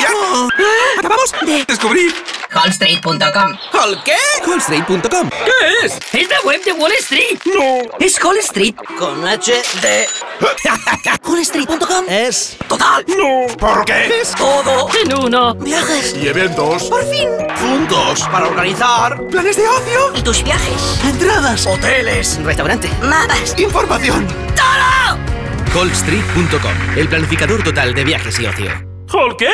¡Ya! ¡Acabamos de descubrir Hallstreet.com. ¿Hall qué? Hallstreet.com ¿Qué es? Es la web de Wall Street. ¡No! Es Wall Street. Con H de... Wallstreet.com. Es... Total. Eh, ¡No! ¿Por qué? Es todo. En uno. Viajes. Y eventos. Por fin. Puntos. Para organizar. ¿Planes de ocio? Y tus viajes. Entradas. ¡Hoteles! Restaurante. Mapas. Información. ¡Todo! Callstreet.com, el planificador total de viajes y ocio. ¿Hall qué?